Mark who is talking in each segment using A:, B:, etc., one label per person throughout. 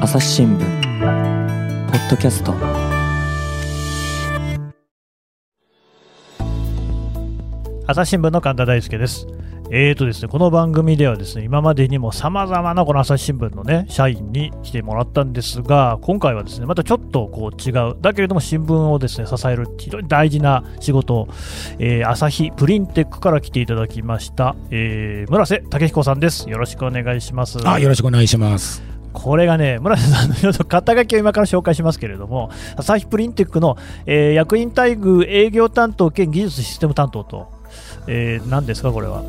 A: 朝日新聞ポッドキャスト
B: 朝日新聞の神田大輔です。えーとですね、この番組ではですね、今までにも様々なこの朝日新聞のね、社員に来てもらったんですが、今回はですね、またちょっとこう違う、だけれども新聞をですね、支える非常に大事な仕事、えー朝日プリンテックから来ていただきました、えー村瀬武彦さんです。よろしくお願いします。
C: あ、よろしくお願いします。
B: これがね、村瀬さんのちょっと肩書きを今から紹介しますけれども、朝日プリンテックの、えー役員待遇営業担当兼技術システム担当と、えー、何ですか、これは。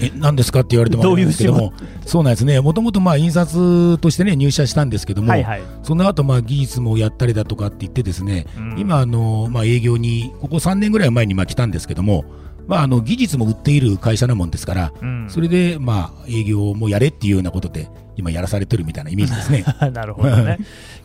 C: え、何ですかって言われてもあれなんですけど
B: どうい
C: も、そうなんですね。もともとまあ印刷としてね入社したんですけども、
B: はいはい。
C: その後まあ技術もやったりだとかって言ってですね、
B: うん
C: 今あのまあ営業にここ3年ぐらい前にまあ来たんですけども、まああの技術も売っている会社なもんですから、
B: うん
C: それでまあ営業もやれっていうようなことで今やらされてるみたいなイメージですね。
B: なるほどね。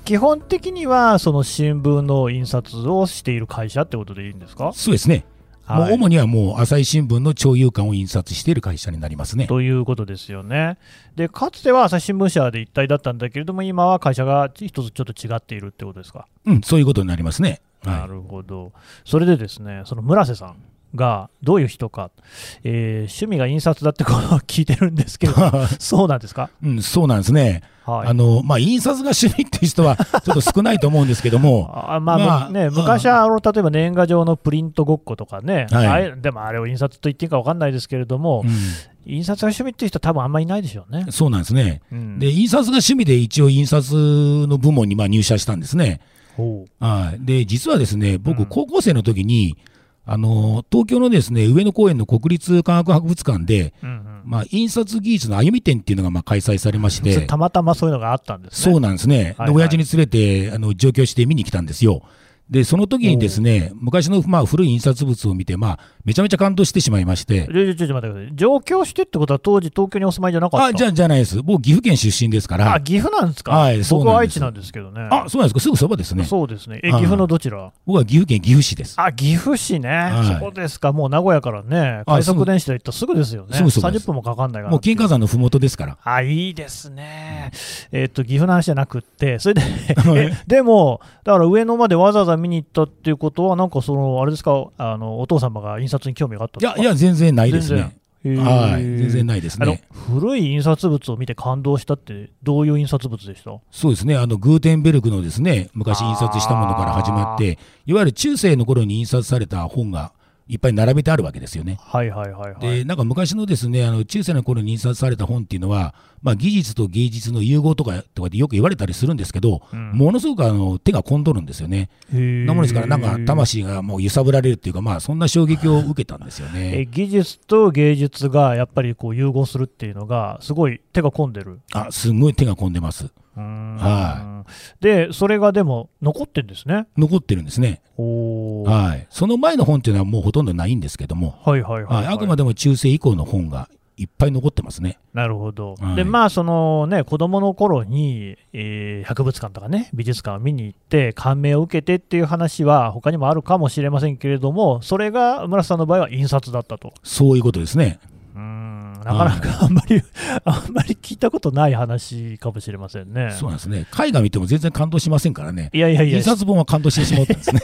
B: 基本的には、その新聞の印刷をしている会社ってことでいいんですか
C: そうですね。
B: はい
C: もう主にはもう朝日新聞の朝夕刊を印刷している会社になりますね。
B: ということですよね。で、かつては朝日新聞社で一体だったんだけれども、今は会社が一つちょっと違っているってことですか。
C: うん、そういうことになりますね。はい
B: なるほど。それでですね、その村瀬さんがどういう人か、えー趣味が印刷だってことを聞いてるんです けど、そうなんですか
C: うん、そうなんですね。
B: はい。
C: あの、まあ、印刷が趣味っていう人は、ちょっと少ないと思うんですけ ども、
B: あまあ
C: まあ
B: ね、
C: うん
B: 昔はあの例えば年賀状のプリントごっことかね、
C: はい
B: あれでもあれを印刷と言っていいか分かんないですけれども、
C: う
B: 印刷が趣味っていう人は多分あんまりいないでしょうね
C: ん、。そうなんですね。
B: うん
C: で、印刷が趣味で一応印刷の部門にまあ入社したんですね。
B: ほ
C: はい。で、実はですね、
B: うん
C: 僕、高校生の時に、あの、東京のですね、上野公園の国立科学博物館で、
B: ううん
C: まあ、印刷技術の歩み展っていうのがまあ開催されまし
B: うん
C: て、
B: たまたまそういうのがあったんですね。
C: そうなんですね。
B: はいは
C: で、
B: い
C: 親父に連れて、あの、上京して見に来たんですよ。で、その時にですね、昔の、まあ、古い印刷物を見て、まあ、めちゃめちゃ感動してしまいまして、
B: ちょちょちょ待ってください。上京してってことは当時東京にお住まいじゃなかった
C: あ、じゃあ、じゃないです。僕、岐阜県出身ですか
B: あ
C: ら。
B: 岐阜なんですか、
C: はいそう
B: 僕は
C: なん
B: 愛
C: です
B: 知なんですけどね。
C: あ、そうなんですか。すぐそばですね。
B: そうですね。え、
C: はい
B: 岐阜のどちら
C: 僕は岐阜県岐阜市です。
B: あ、岐阜市ね、
C: はい
B: そうですか。もう名古屋からね、
C: あ
B: 快速電車で行ったらすぐですよね。
C: すぐそばです
B: 30分もかかんないから。
C: もう金華山のふもとですから。
B: あ、いいですね。えっと、岐阜の話じゃなくって、それで、 え でも、だから上野までわざわざ見に行ったっていうことは、なんかその、あれですか、あの、お父様が印刷に興味があった
C: いや、いや、全然ないですね。
B: 全然
C: はい。
B: へー
C: 全然ないです
B: あの
C: ね。
B: 古い印刷物を見て感動したって、どういう印刷物でした
C: そうですね。あの、グーテンベルクのですね、昔印刷したものから始まって、いわゆる中世の頃に印刷された本がいっぱい並べてあるわけですよね。
B: はいはいはいはい。
C: で、なんか昔のですね、あの、中世の頃に印刷された本っていうのは、まあ、技術と芸術の融合とか、とかでよく言われたりするんですけど、
B: うん
C: ものすごくあの、手が込んどるんですよね。
B: な
C: なものですから、なんか魂がもう揺さぶられるっていうか、まあ、そんな衝撃を受けたんですよ
B: え
C: ね。
B: 技術と芸術がやっぱりこう融合するっていうのがすごい手が込んでる。
C: あすごい手が込んでます。は
B: でそれがでも残ってんですね。
C: 残ってるんですね。
B: おー
C: はい。その前の本っていうのはもうほとんどないんですけども、
B: はいはいはい、は
C: はいい、あくまでも中世以降の本がいっぱい残ってますね。
B: なるほど、
C: はい
B: でまあそのね子供の頃に、えー博物館とかね美術館を見に行って感銘を受けてっていう話は他にもあるかもしれませんけれどもそれが村瀬さんの場合は印刷だったと
C: そういうことですね。
B: うーんなかなかあんまり、あんまり聞いたことない話かもしれませんね
C: そうなんですね。絵画見ても全然感動しませんからね。
B: いやいやいや
C: 印刷本は感動してしまった んですね。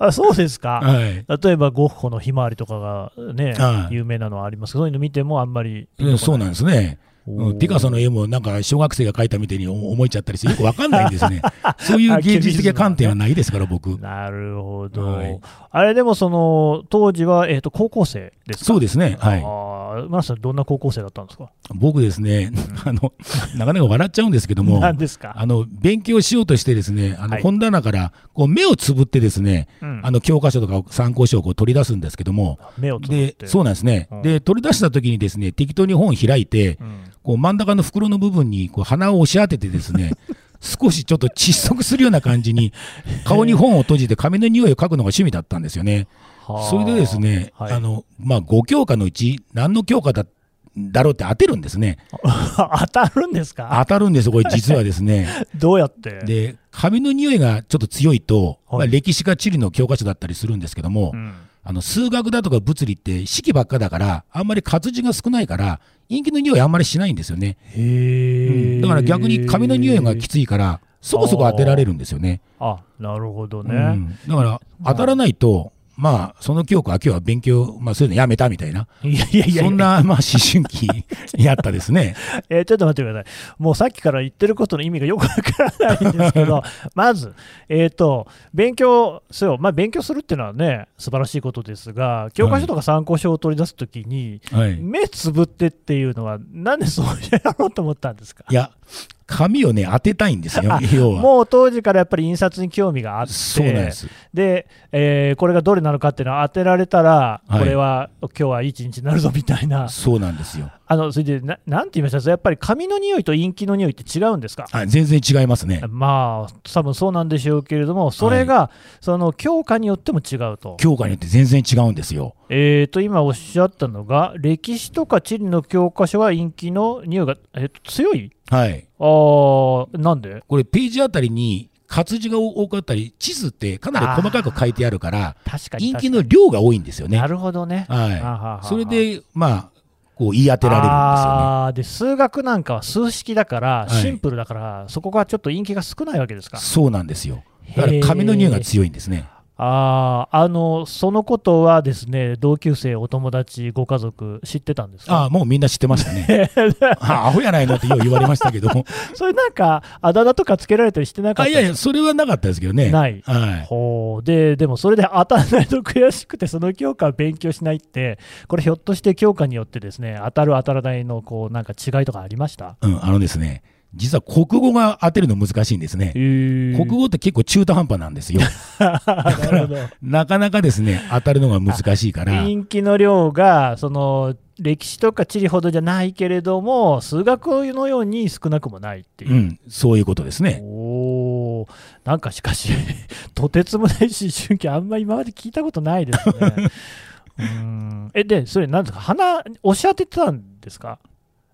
B: あそうですか、
C: はい。
B: 例えばゴッホのひまわりとかがね、
C: はい
B: 有名なのはありますけど、そういうの見てもあんまりピンとこ
C: うんそうなんですね。
B: おー
C: うんピカソの絵もなんか小学生が描いたみたいに思えちゃったりして、よくわかんないんです ね。そういう芸術的な観点はないですから、僕。
B: なるほど、
C: はい
B: あれでもその当時は、えー、と高校生ですか
C: そうですね。はい。
B: あー村瀬さん、どんな高校生だったんですか
C: 僕ですね、あの、なかなか笑っちゃうんですけども、
B: 何ですか、
C: あの、勉強しようとしてですね、あ
B: は
C: の、
B: い
C: 本棚から、こう、目をつぶってですね、
B: うん
C: あの、教科書とか参考書をこう取り出すんですけども、
B: 目をつぶっ
C: で
B: て、
C: そうなんですね
B: うん。
C: で、取り出した時にですね、適当に本を開いて、
B: うん
C: こう、真ん中の袋の部分に、こう、鼻を押し当ててです ね、少しちょっと窒息するような感じに、顔に本を閉じて紙の匂いを嗅ぐのが趣味だったんですよね。
B: はあ
C: それでですね、
B: はい
C: あの、まあ、5教科のうち、何の教科だ、だろうって当てるんですね。
B: 当たるんですか
C: 当たるんです、これ実はです ね。
B: どうやって
C: で、紙の匂いがちょっと強いと、
B: はい
C: まあ、歴史か地理の教科書だったりするんですけども、
B: うん
C: あの数学だとか物理って式ばっかだからあんまり活字が少ないから陰気の匂いあんまりしないんですよね、
B: へ
C: う
B: え
C: んだから逆に髪の匂いがきついからそこそこ当てられるんですよね、
B: あなるほど
C: う
B: ね、
C: ん、だから当たらないとまあその記憶は今日は勉強、まあ、そういうのやめたみたいない
B: やい やいや
C: そんなまあ思春期やったですね
B: えーちょっと待ってください。もうさっきから言ってることの意味がよくわからないんですけど、 まず、えっ、と、勉強せよ。まあ、勉強するっていうのはね、素晴らしいことですが、教科書とか参考書を取り出すときに、
C: はい
B: 目つぶってっていうのは、なんでそうやろうと思ったんですか
C: いや髪をね当てたいんですよ
B: あ
C: 要は
B: もう当時からやっぱり印刷に興味があって、
C: そうなんです
B: で、えーこれがどれなのかっていうのを当てられたら、
C: はい
B: これは今日はいい一日になるぞみたいな、
C: そうなんですよ
B: あのそれでな、なんて言いましたやっぱり髪の匂いと陰気の匂いって違うんですか
C: あ全然違いますね
B: まあ、多分そうなんでしょうけれども、それが、その教科によっても違うと。
C: 教科によって全然違うんですよ
B: えー、と、今おっしゃったのが、歴史とか地理の教科書は陰気の匂いが、えっと強い
C: はい
B: あー、なんで
C: これページあたりに活字が多かったり地図ってかなり細かく書いてあるから
B: 確かに確
C: 陰
B: か
C: 気
B: に。
C: の量が多いんですよね
B: なるほどね。あはは
C: は
B: はい
C: それでまあこう言い当てられるんですよね
B: あーで数学なんかは数式だから、
C: はい
B: シンプルだから、そこがちょっと陰気が少ないわけですか。
C: そうなんですよだから髪の匂いが強いんですね
B: あーあの、そのことはですね、同級生、お友達、ご家族、知ってたんですか
C: ああもうみんな知ってました ねあアホやないのって よう言われましたけど
B: それなんか、あだ名とかつけられたりしてなかっ
C: あ
B: た
C: いやいやそれはなかったですけどね
B: ない
C: はい
B: ほうで、でもそれで当たらないと悔しくて、その教科を勉強しないって、これ、ひょっとして教科によってですね、当たる、当たらないのこうなんか違いとかありました
C: うんあのですね実は国語が当てるの難しいんですね
B: 国
C: 国 語って結構中途半端なんですよ
B: なるほど。
C: なかなかですね当たるのが難しいから
B: 人気の量が、その歴史とか地理ほどじゃないけれども、数学のように少なくもないっていうう。
C: んそういうことですね
B: おおなんかしかし、 とてつもない思春期、あんまり今まで聞いたことないですね。 うーんえで、それ、なんですか、鼻、押し当ててたんですか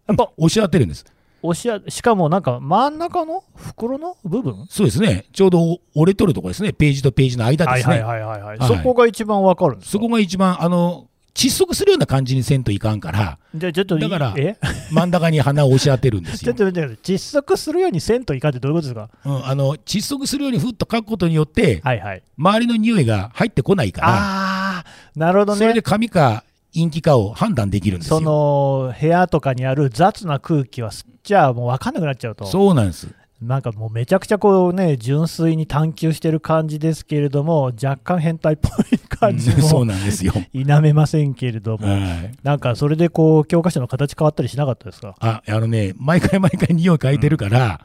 B: やっぱ
C: おっしゃってるんです
B: 押し当て、しかもなんか真ん中の袋の部分
C: そうですねちょうど折れとるとこですねページとページの間ですね、
B: はいはいはいはい、
C: はい
B: そこが一番わかるんですか
C: そこが一番あの窒息するような感じにせんといかんから
B: じゃあちょっとい、
C: だから
B: え
C: 真ん中に鼻を押し当てるんです
B: ちょ
C: よ
B: っ。と待ってください、窒息するようにせんといかんってどういうことですか
C: うん、あの窒息するようにふっと書くことによって
B: はいはい。
C: 周りの匂いが入ってこないか
B: ああ、なるほ
C: ら
B: ど
C: それで
B: ね。
C: 紙か陰気かを判断できるんです
B: そ
C: よ。
B: の部屋とかにある雑な空気は吸っちゃもう分かんなくなっちゃうと。
C: そうなんです。
B: なんかもうめちゃくちゃこうね、純粋に探求してる感じですけれども、若干変態っぽい感じ
C: うんそう
B: も
C: なんですよ。
B: 否めませんけれども、
C: はい。
B: なんかそれでこう、教科書の形変わったりしなかったですか
C: あ、あのね、毎回毎回匂い嗅いでるから、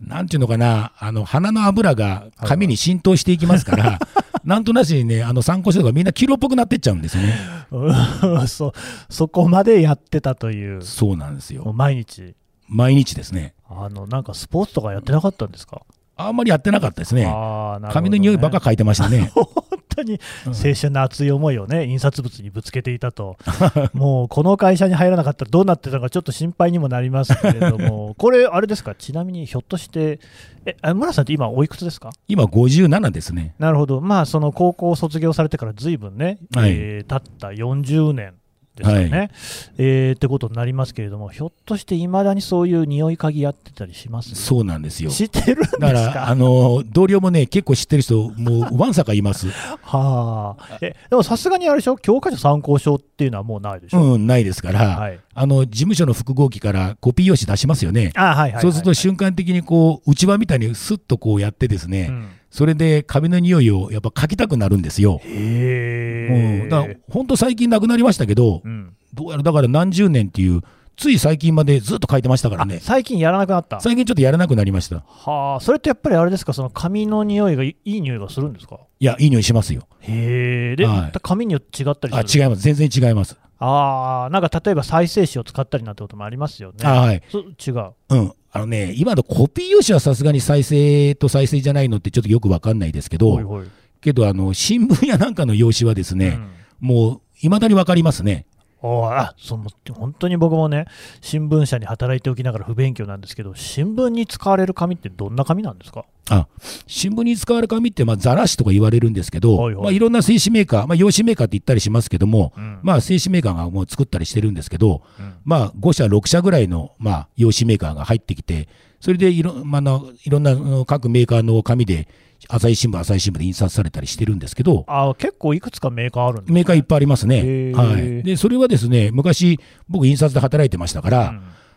C: なんていうのかな、あの鼻の油が紙に浸透していきますから、 なんとなしにね、あの参考書とかみんな黄色っぽくなってっちゃうんですよね。
B: うん そ、そこまでやってたという、
C: そうなんです
B: もう
C: よ。
B: 毎日。
C: 毎日ですね。
B: あの、なんかスポーツとかやってなかったんですか、
C: あんまりやってなかったですね。
B: ああ、なるほど、ね。
C: 紙の匂いばっか嗅いてましたね。
B: 本当に青春の熱い思いをね、印刷物にぶつけていたと、 もうこの会社に入らなかったらどうなってたのか、ちょっと心配にもなりますけれど も、これ、あれですか、ちなみにひょっとして、え、あ村さんって今、おいくつですか
C: 今57ですね。
B: なるほど、まあ、その高校を卒業されてからずいぶんね、
C: はい
B: えー経った40年。ですよね、
C: は
B: えーってことになりますけれども、ひょっとしていまだにそういう匂い嗅ぎやってたりします
C: そうなんですよ。
B: 知ってるんです
C: だか、
B: から
C: あの、同僚もね、結構知ってる人、もう、わんさかいます。
B: はあ、えでもさすがにあれでしょ、教科書参考書っていうのはもうないでしょ、
C: うん、ないですから、
B: はい、
C: あの、事務所の複合機からコピー用紙出しますよね。
B: あはいはいはい、
C: そうすると瞬間的にこう、内輪みたいにスッとこうやってですね、
B: うん
C: それで紙の匂いをやっぱ書きたくなるんですよ。
B: へえ
C: うん、だから、ほんと最近なくなりましたけど、
B: うん
C: どうやらだから何十年っていう、つい最近までずっと書いてましたから
B: あ
C: ね。
B: 最近やらなくなった、
C: 最近ちょっとやらなくなりました。
B: はあ、それってやっぱりあれですか、その髪の匂いがいいい匂いがするんですか
C: いや、いい匂いしますよ。
B: へえ、で、
C: はい
B: 髪によって違ったり
C: あ、
B: する
C: 違います。全然違います。
B: ああ、なんか例えば再生紙を使ったりなんてこともありますよね、
C: あはい。
B: そ違う、
C: うん。あのね、今のコピー用紙はさすがに再生と再生じゃないのってちょっとよくわかんないですけ
B: ほい
C: ど、
B: ほい、
C: けど、あの、新聞やなんかの用紙はです
B: う
C: ね、
B: ん
C: もう、いまだにわかりますね。
B: おーあその本当に僕もね、新聞社に働いておきながら不勉強なんですけど、新聞に使われる紙ってどんな紙なんですか
C: あ新聞に使われる紙って、まあ、ザラシとか言われるんですけど、
B: はい
C: い
B: はい
C: まあ、いろんな製紙メーカー、まあ、用紙メーカーって言ったりしますけども、
B: うん
C: まあ、製紙メーカーがもう作ったりしてるんですけど、
B: うん
C: まあ、5社、6社ぐらいの、まあ、用紙メーカーが入ってきて、それでいろ,、まああの、いろんなあの各メーカーの紙で、朝日新聞、朝日新聞で印刷されたりしてるんですけど、
B: あー結構いくつかメーカーあるんだ。
C: メーカーいっぱいあります
B: へ
C: ね。
B: ー
C: はい、でそれはですね昔、僕、印刷で働いてましたから、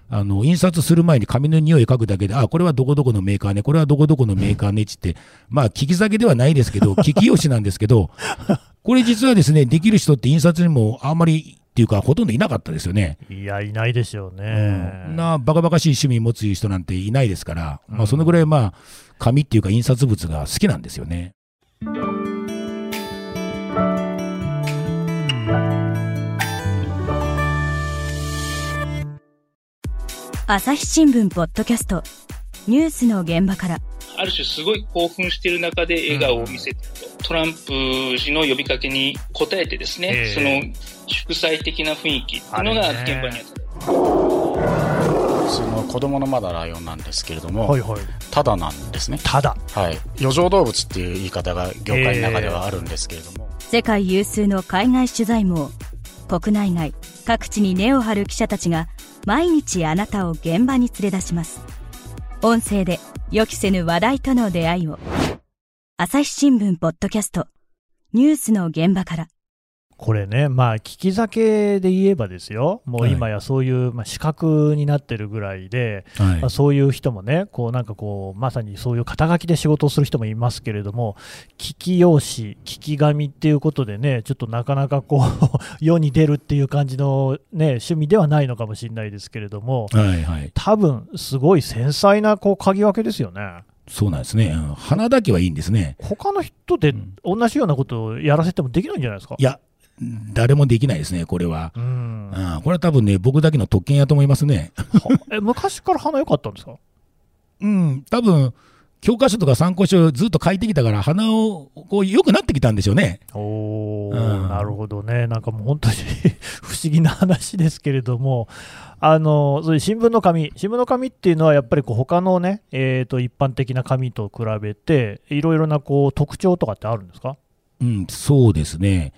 C: あの印刷する前に紙の匂い嗅ぐだけで、あこれはどこどこのメーカーね、これはどこどこのメーカーねっつって、まあ、聞き酒ではないですけ ど、聞きよしなんですけど、これ実はですね、できる人って印刷にもあんまりっていうか、ほとんどいなかったですよね。
B: うんいや、いないでしょうね。
C: うんなバカバカしい趣味持つ人なんていないですから、まあ、そのぐらい、まあ、紙っていうか印刷物が好きなんですよね。
D: 朝日新聞ポッドキャストニュースの現場から
E: ある種すごい興奮している中で笑顔を見せてると、トランプ氏の呼びかけに応えてですね、
B: え
E: その祝祭的な雰囲気っていうのが
B: あれね
E: 現場にあった。
F: その子供のまだライオンなんですけれども、
B: はいはい。
F: ただなんですね、
B: ただ、
F: はい、余剰動物っていう言い方が業界の中ではあるんですけれども、
D: 世界有数の海外取材網国内外各地に根を張る記者たちが毎日あなたを現場に連れ出します音声で予期せぬ話題との出会いを朝日新聞ポッドキャストニュースの現場から
B: これね、まあ、聞き酒で言えばですよ、もう今やそういう、まあ、資格になってるぐらいで、
C: はい
B: まあ、そういう人もね、こうなんかこう、まさにそういう肩書きで仕事をする人もいますけれども、聞き用紙、聞き紙っていうことでね、ちょっとなかなかこう、 世に出るっていう感じの、ね、趣味ではないのかもしれないですけれども、
C: はいはい、
B: 多分すごい繊細なこう鍵分けですよね。
C: そうなんですね、うん花だけはいいんですね。
B: 他の人で
C: うん
B: 同じようなことをやらせてもできないんじゃないですか。
C: いや、誰もできないですね、これは。
B: うん
C: うん、 これは多分ね、僕だけの特権やと思いますね。
B: え昔から鼻良かったんですか
C: うん、多分教科書とか参考書ずっと書いてきたから、鼻をこう良くなってきたんでしょうね。
B: おお、
C: うん
B: なるほどね、なんかもう本当に 不思議な話ですけれども、あのそういう新聞の紙、新聞の紙っていうのは、やっぱりこう他のね、えーと、一般的な紙と比べて、いろいろなこう特徴とかってあるんですか、
C: うん、そうですね。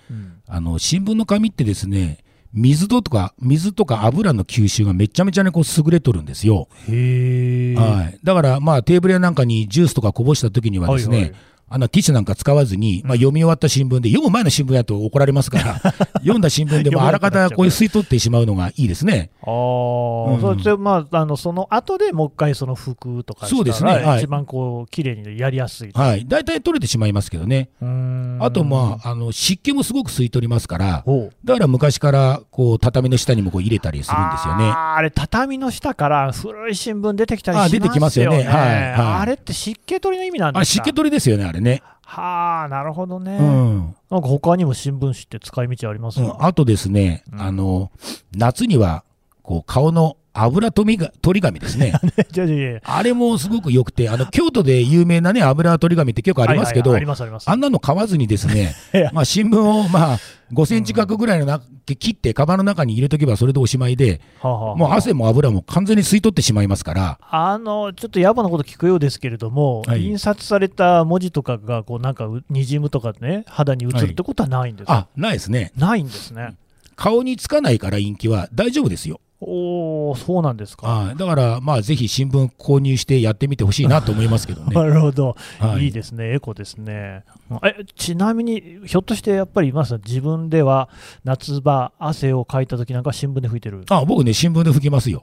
C: あの、新聞の紙ってですね、水とか、水とか油の吸収がめちゃめちゃね、こう優れとるんですよ。
B: へえ、
C: はい。だから、まあ、テーブルやなんかにジュースとかこぼした時にはですね、
B: はいはい
C: あのティッシュなんか使わずに、まあ、読み終わった新聞で、読む前の新聞だと怒られます から、読んだ新聞でもあらかたこういう吸い取ってしまうのがいいですね。
B: あー
C: うん
B: それそれまああのその後でもう一回、その服とか
C: そ
B: し
C: うです
B: た
C: ね
B: ら、
C: はい
B: 一番こう綺麗にやりやすい。
C: はい。大体取れてしまいますけどね。あ
B: あ
C: と、まあ、あの、湿気もすごく吸い取りますから、
B: ほう
C: だから昔から、こう、畳の下にもこう入れたりするんですよね。
B: あーあれ、畳の下から古い新聞出てきたりしますよね。
C: あ出てきますよねはいはい
B: あれって湿気取りの意味なん
C: あ
B: で
C: れ
B: す
C: 湿
B: か
C: 気取りですよね、あれね。
B: はあ、なるほどね。
C: うん。
B: なんか他にも新聞紙って使 い道あります
C: うんあとですね、
B: うん
C: あの、夏には、こう、顔の油とみが取り紙で すね。
B: じゃじゃ
C: あれもすごく良くて、あの、京都で有名なね、油取り紙って結構ありますけど、
B: ありますあります。
C: あんなの買わずにですね
B: いや、
C: まあ、新聞を、まあ、5センチ角ぐらいのな、切って、カバンの中に入れとけばそれでおしまいで、
B: はあはあはあ
C: もう汗も油も完全に吸い取ってしまいますから、
B: あのちょっと野暮なこと聞くようですけれども、
C: はい
B: 印刷された文字とかがこうなんかうにじむとかね、肌に映るってことはないんですか、
C: あ、ないですね。
B: ないんですね。
C: 顔につかないから陰気は大丈夫ですよ。
B: おお、そうなんですか。
C: はいだから、まあ、ぜひ新聞購入してやってみてほしいなと思いますけどね。
B: なるほど、、
C: はいい
B: いですね、エコですね。えちなみに、ひょっとしてやっぱり今さん、自分では夏場、汗をかいた時なんか新聞で拭いてる、
C: あ僕ね、新聞で拭きますよ。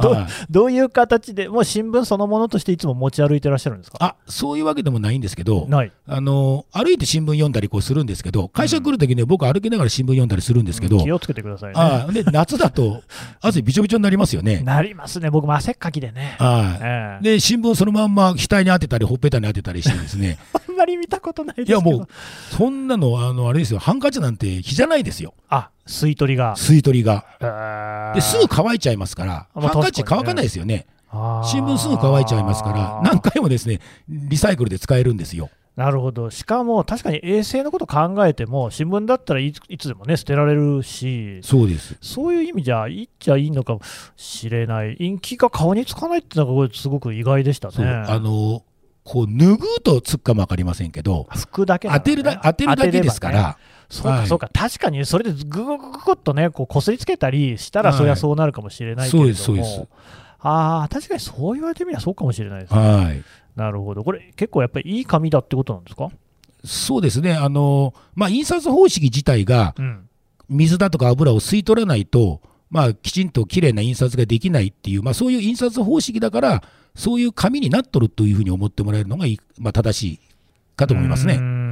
B: 当
C: はい
B: どういう形で、もう新聞そのものとしていつも持ち歩いてらっしゃるんですか
C: あそういうわけでもないんですけど、
B: ない。
C: あの歩いて新聞読んだりこうするんですけど、会社来るときね、僕、歩きながら新聞読んだりするんですけど、
B: 気をつけてくださいね。
C: あで夏だ と汗びちょびちょになりますよね。
B: なりますね、僕も汗っかきでね。
C: は
B: え
C: い
B: え
C: で、新聞そのまんま額に当てたり、ほっぺたに当てたりしてです ね、
B: あんまり見たことないですけ
C: い
B: ど
C: やもう、そんなの、あのあれですよ、ハンカチなんて日じゃないですよ、
B: あ吸い取りが。
C: 吸い取りが。
B: あー
C: ですぐ乾いちゃいますから、
B: あまあ
C: ハンカ
B: 確か
C: チ
B: に
C: 乾
B: ね
C: かないですよね。
B: あー
C: 新聞すぐ乾いちゃいますから、何回もですね、リサイクルで使えるんですよ。
B: なるほど、しかも確かに衛星のこと考えても、新聞だったらいついつでもね、捨てられるし、
C: そうです
B: そういう意味じゃ、いっちゃいいのかもしれない、陰気が顔につかないっていうのが、すごく意外でした
C: そう
B: ね。
C: あのこう拭うとつくかも分かりませんけど、
B: 服だけなの
C: 当
B: ね、
C: てるだ当てるだけです
B: 当
C: か
B: てればね
C: ら、
B: そうか、
C: はい
B: そうか、確かにそれでぐぐぐぐぐっとね、こう擦りつけたりしたら、
C: はい
B: そりゃそうなるかもしれないけれども、
C: そうですそうです
B: ああ、確かにそう言われてみればそうかもしれないです、ね
C: はい、
B: なるほど、これ、結構やっぱりいい紙だってことなんですか、
C: そうですね、あのまあ、印刷方式自体が
B: うん、
C: 水だとか油を吸い取らないと、まあ、きちんと綺麗な印刷ができないっていう、まあ、そういう印刷方式だから、そういう紙になっとるというふうに思ってもらえるのがいい、まあ、正しいかと思います
B: うー
C: ね。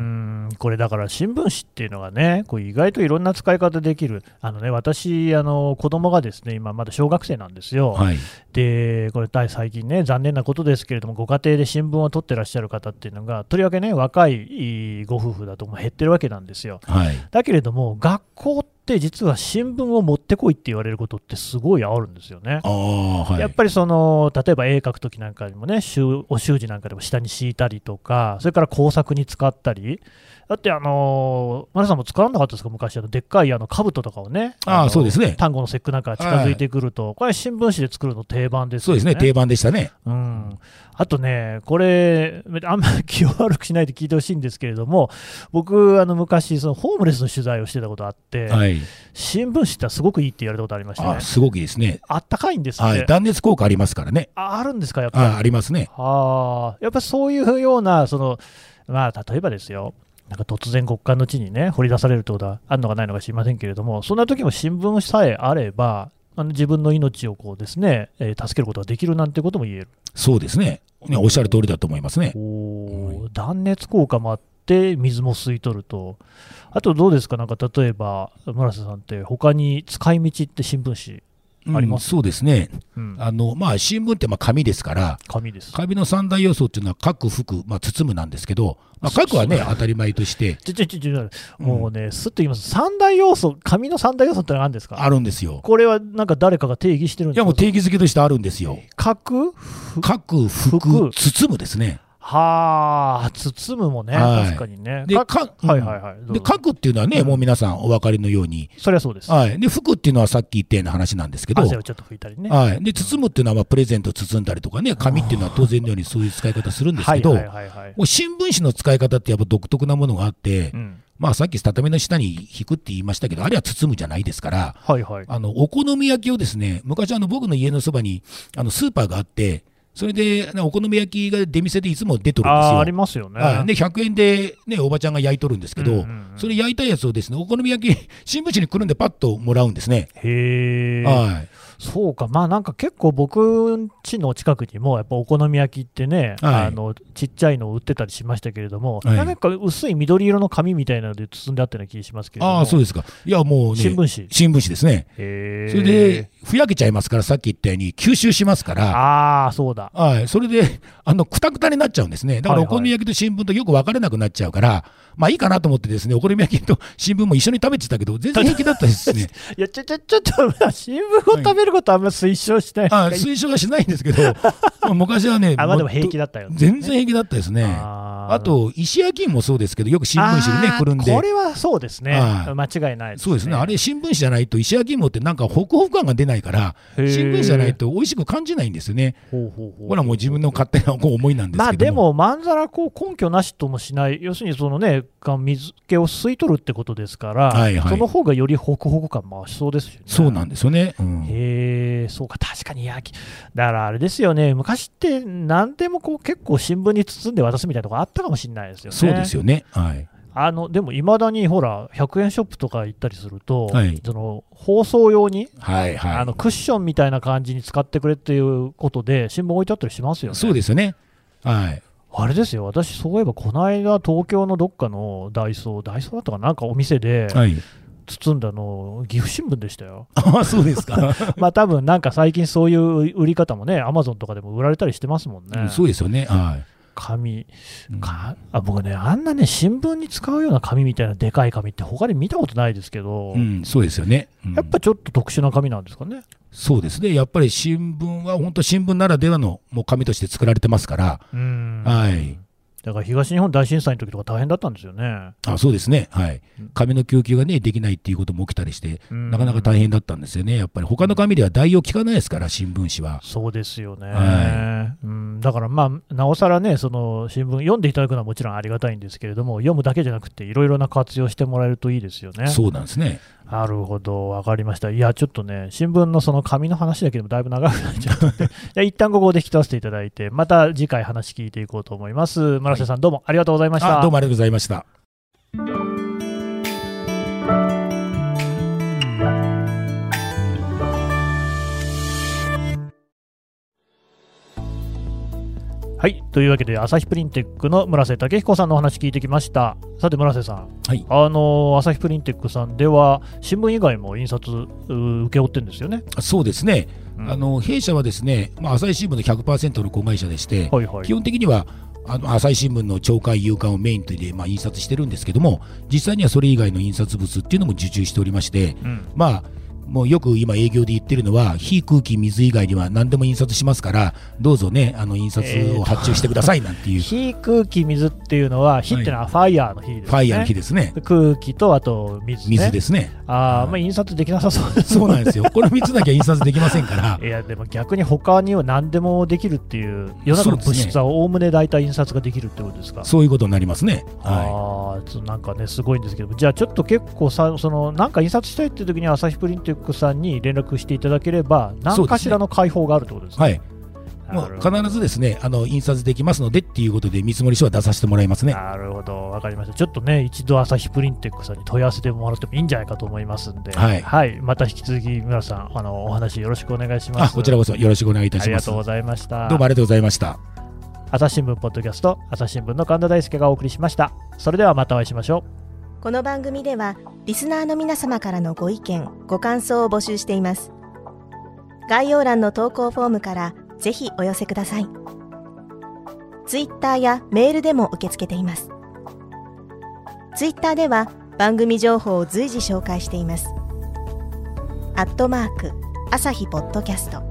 B: んこれだから新聞紙っていうのがね、こう意外といろんな使い方できる、あのね、私、あの子供がですね、今まだ小学生なんですよ、
C: はい、
B: でこれ、大最近ね、残念なことですけれども、ご家庭で新聞を取ってらっしゃる方っていうのが、とりわけね、若いいいご夫婦だともう減ってるわけなんですよ。
C: はい、
B: だけれども、学校って実は新聞を持ってこいって言われることってすごいあるんですよね。
C: ああ、はい、
B: やっぱりその例えば絵描くときなんかにもね、習お習字なんかでも下に敷いたりとか、それから工作に使ったり、だって、あのー、マネさんも使わなかったですか、昔、あのでっかいあの兜とかをね、
C: あー
B: の
C: そうですね
B: 単語の節句なんかが近づいてくると、これ、新聞紙で作るの定番です
C: そ
B: よ
C: う
B: ね。
C: ですね、定番でしたね。
B: うん、あとね、これ、あんまり気を悪くしないで聞いてほしいんですけれども、僕、あの昔、そのホームレスの取材をしてたことあって、
C: はい、
B: 新聞紙ってすごくいいって言われたことありました
C: あ
B: ね。
C: すごくいいですね。
B: あったかいんですって、
C: はい、断熱効果ありますからね。
B: ああるんですか、やっぱり。
C: あありますね。
B: ああ、やっぱそういうような、その、まあ、例えばですよ、なんか突然極寒の地にね、掘り出されるってことはあるのかないのか知りませんけれども、そんな時も新聞さえあれば、あの自分の命をこうですね、えー助けることができるなんてことも言える。
C: そうですね。ねおっしゃる通りだと思いますね。
B: おー断熱効果もあって、水も吸い取ると。あとどうですか、なんか例えば、村瀬さんって、他に使い道って新聞
C: うん
B: あります
C: そうですね。
B: 紙、うん、
C: あの、まあ、新聞ってまあ紙ですから、
B: 紙です。
C: 紙の三大要素っていうのは、核、服、まあ、包むなんですけど、まあ、核はね、当たり前として
B: ちょちょちょちょ、もうね、すっと言います。三大要素、紙の三大要素ってのは何ですか
C: あるんですよ。
B: これはなんか誰かが定義してるん
C: い
B: ですか
C: や、もう定義づけとしてあるんですよ。
B: 核
C: 核、服、
B: 服
C: 包むですね。
B: はあ、包むもね、
C: はい
B: 確かにね。
C: で、
B: か
C: か
B: はいはいはい
C: うん
B: どうぞ
C: で、核っていうのはね、もう皆さんお分かりのように、
B: そりゃそうです。
C: はい。で、服っていうのはさっき言ったような話なんですけど、
B: 汗をちょっと拭いたりね。
C: はい。で、包むっていうのは、まあ、プレゼント包んだりとかね、紙っていうのは当然のようにそういう使い方するんです
B: は
C: け
B: い
C: ど、
B: はいはいはい。
C: もう新聞紙の使い方ってやっぱ独特なものがあって、
B: うん
C: まあさっき畳の下に引くって言いましたけど、あれは包むじゃないですから、
B: はいはい。
C: あの、お好み焼きをですね、昔あの僕の家のそばに、あの、スーパーがあって、それで、ねお好み焼きが出店でいつも出とるんです
B: あ
C: よ。
B: ーありますよね。
C: はいで、100円でね、おばちゃんが焼いとるんですけど、
B: うんうんうん
C: それ焼いたやつをですね、お好み焼き、新聞紙にくるんでパッともらうんですね。
B: へえ、
C: はい。
B: そうか、まあなんか結構僕ん家の近くにも、やっぱお好み焼きってね、
C: はい
B: あのちっちゃいのを売ってたりしましたけれども、
C: はい
B: なんか薄い緑色の紙みたいなので包んであったような気がしますけれども、
C: ああ、そうですか。いや、もうね、
B: 新聞紙。
C: 新聞紙ですね。
B: へー
C: それで、ふやけちゃいますから、さっき言ったように、吸収しますから、
B: ああ、そうだ。
C: はい、それで、あの、くたくたになっちゃうんですね。だか
B: は
C: ら、お
B: いはい
C: 好み焼きと新聞とよく分かれなくなっちゃうから、まあいいかなと思ってですね、お好み焼きと新聞も一緒に食べてたけど、全然平気だったです ね。
B: いや、ちょ、ちょ、ちょっと、 新聞を食べることはあんま推奨しない。
C: あ推奨はしない んですけど、まあ昔はね、
B: あ、まあでも
C: っと
B: 平気だったよ、ね。
C: 全然平気だったですね。あ
B: あ
C: と、石焼き芋もそうですけど、よく新聞紙にね、くるん
B: こ
C: で。
B: れはそうですね。
C: はい
B: 間違いないですね。
C: そうですね、あれ、新聞紙じゃないと、石焼き芋ってなんかホクホク感が出ないから、
B: へ
C: 新
B: ー
C: 聞紙じゃないと美味しく感じないんですよね。
B: ほうほうほう
C: これはもう自分の勝手なこう思いなんですけど
B: まあでも、まんざらこう根拠なしともしない、要するにそのね、が水気を吸い取るってことですから、
C: はいはい
B: その方がよりホクホク感増しそうですしね。
C: そうなんですよね。うん
B: へえ、そうか、確かに焼き、だからあれですよね、昔って何でもこう結構新聞に包んで渡すみたいなとこあったかもしれないですよね。
C: そうですよね。はい。
B: あのでも、いまだにほら、100円ショップとか行ったりすると、
C: はい
B: その放送用に、
C: はいはい。
B: あのクッションみたいな感じに使ってくれっていうことで、新聞置いてあったりしますよね。
C: そうですよね。はい。
B: あれですよ、私、そういえば、この間、東京のどっかのダイソー、ダイソーだったかな、なんかお店で
C: はい。
B: 包んだの、岐阜新聞でしたよ。
C: ああ、そうですか。
B: まあ、多分なんか最近、そういう売り方もね、アマゾンとかでも売られたりしてますもんね。
C: そうですよね。はい。
B: 紙
C: うん
B: かあ僕ね、あんなね、新聞に使うような紙みたいなでかい紙って、他に見たことないですけど。
C: うん、そうですよね。うん
B: やっぱちょっと特殊な紙なんですかね。
C: そうですね。やっぱり新聞は本当新聞ならではのもう紙として作られてますから、
B: うん
C: はい。
B: だから東日本大震災の時とか大変だったんですよね。
C: あそうですね、はい、紙の供給が、ね、できないっていうことも起きたりして、
B: うん
C: なかなか大変だったんですよね、やっぱり他の紙では代用聞かないですから、新聞紙は。
B: そうですよね、
C: は
B: うん、だから、まあ、なおさらね、その新聞、読んでいただくのはもちろんありがたいんですけれども、読むだけじゃなくて、いろいろな活用してもらえるといいですよね。
C: そうなんですね。
B: なるほど、わかりました。いや、ちょっとね、新聞のその紙の話だけでもだいぶ長くなっちゃった ので、じゃあ一旦ここで引き出していただいて、また次回話聞いていこうと思います。村瀬さん、どうもありがとうございました。
C: あどうもありがとうございました。
B: はい、というわけで、朝日プリンテックの村瀬武彦さんのお話聞いてきました。さて、村瀬さん、
C: はい
B: あの朝日プリンテックさんでは、新聞以外も印刷、う請け負ってるんですよね。
C: そうですね、
B: うん
C: あの弊社はですね、まあ、朝日新聞の100%の子会社でして、
B: はいはい
C: 基本的にはあの朝日新聞の朝刊、夕刊をメインとで、まあ、印刷してるんですけども、実際にはそれ以外の印刷物っていうのも受注しておりまして、
B: うん
C: まあ、もうよく今、営業で言ってるのは、非空気、水以外には何でも印刷しますから、どうぞね、あの印刷を発注してくださいなんていう、
B: 火、空気、水っていうのは、火っていうのはファイヤーの火ですね。
C: ファイヤーの日ですね、
B: 空気とあと水ね。
C: 水ですね。
B: ああ、まあ印刷できなさそうです。
C: そうなんですよ、この3つだけは印刷できませんから
B: い、やでも逆に他には何でもできるっていう世の中の物質はおおむね大体印刷ができるってことですか
C: そういうことになりますね。は
B: あーちょっとなんかね、すごいんですけど、じゃあちょっと結構さ、そのなんか印刷したいっていう時には、朝日プリンテックさんに連絡していただければ、何かしらの解放があるってことです
C: い、
B: ね。
C: はいもう必ずですね、あの印刷できますのでっていうことで、見積書は出させてもらいますね。
B: なるほど、わかりました。ちょっとね、一度朝日プリンテックさんに問い合わせてもらってもいいんじゃないかと思いますんで、
C: はい
B: また引き続き、村さん、あのお話よろしくお願いしま
C: あ
B: す。
C: こちらこそよろしくお願いいた
B: あ
C: し
B: り
C: ま
B: が
C: す。
B: とう
C: ど
B: ご
C: う
B: ざいました。
C: もありがとうございました。
B: 朝日新聞ポッドキャスト朝日新聞の神田大輔がお送りしましたそれではまたお会いしましょう
G: この番組ではリスナーの皆様からのご意見ご感想を募集しています概要欄の投稿フォームからぜひお寄せくださいツイッターやメールでも受け付けていますツイッターでは番組情報を随時紹介していますアットマーク朝日ポッドキャスト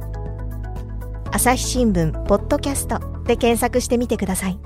G: 朝日新聞ポッドキャストで検索してみてください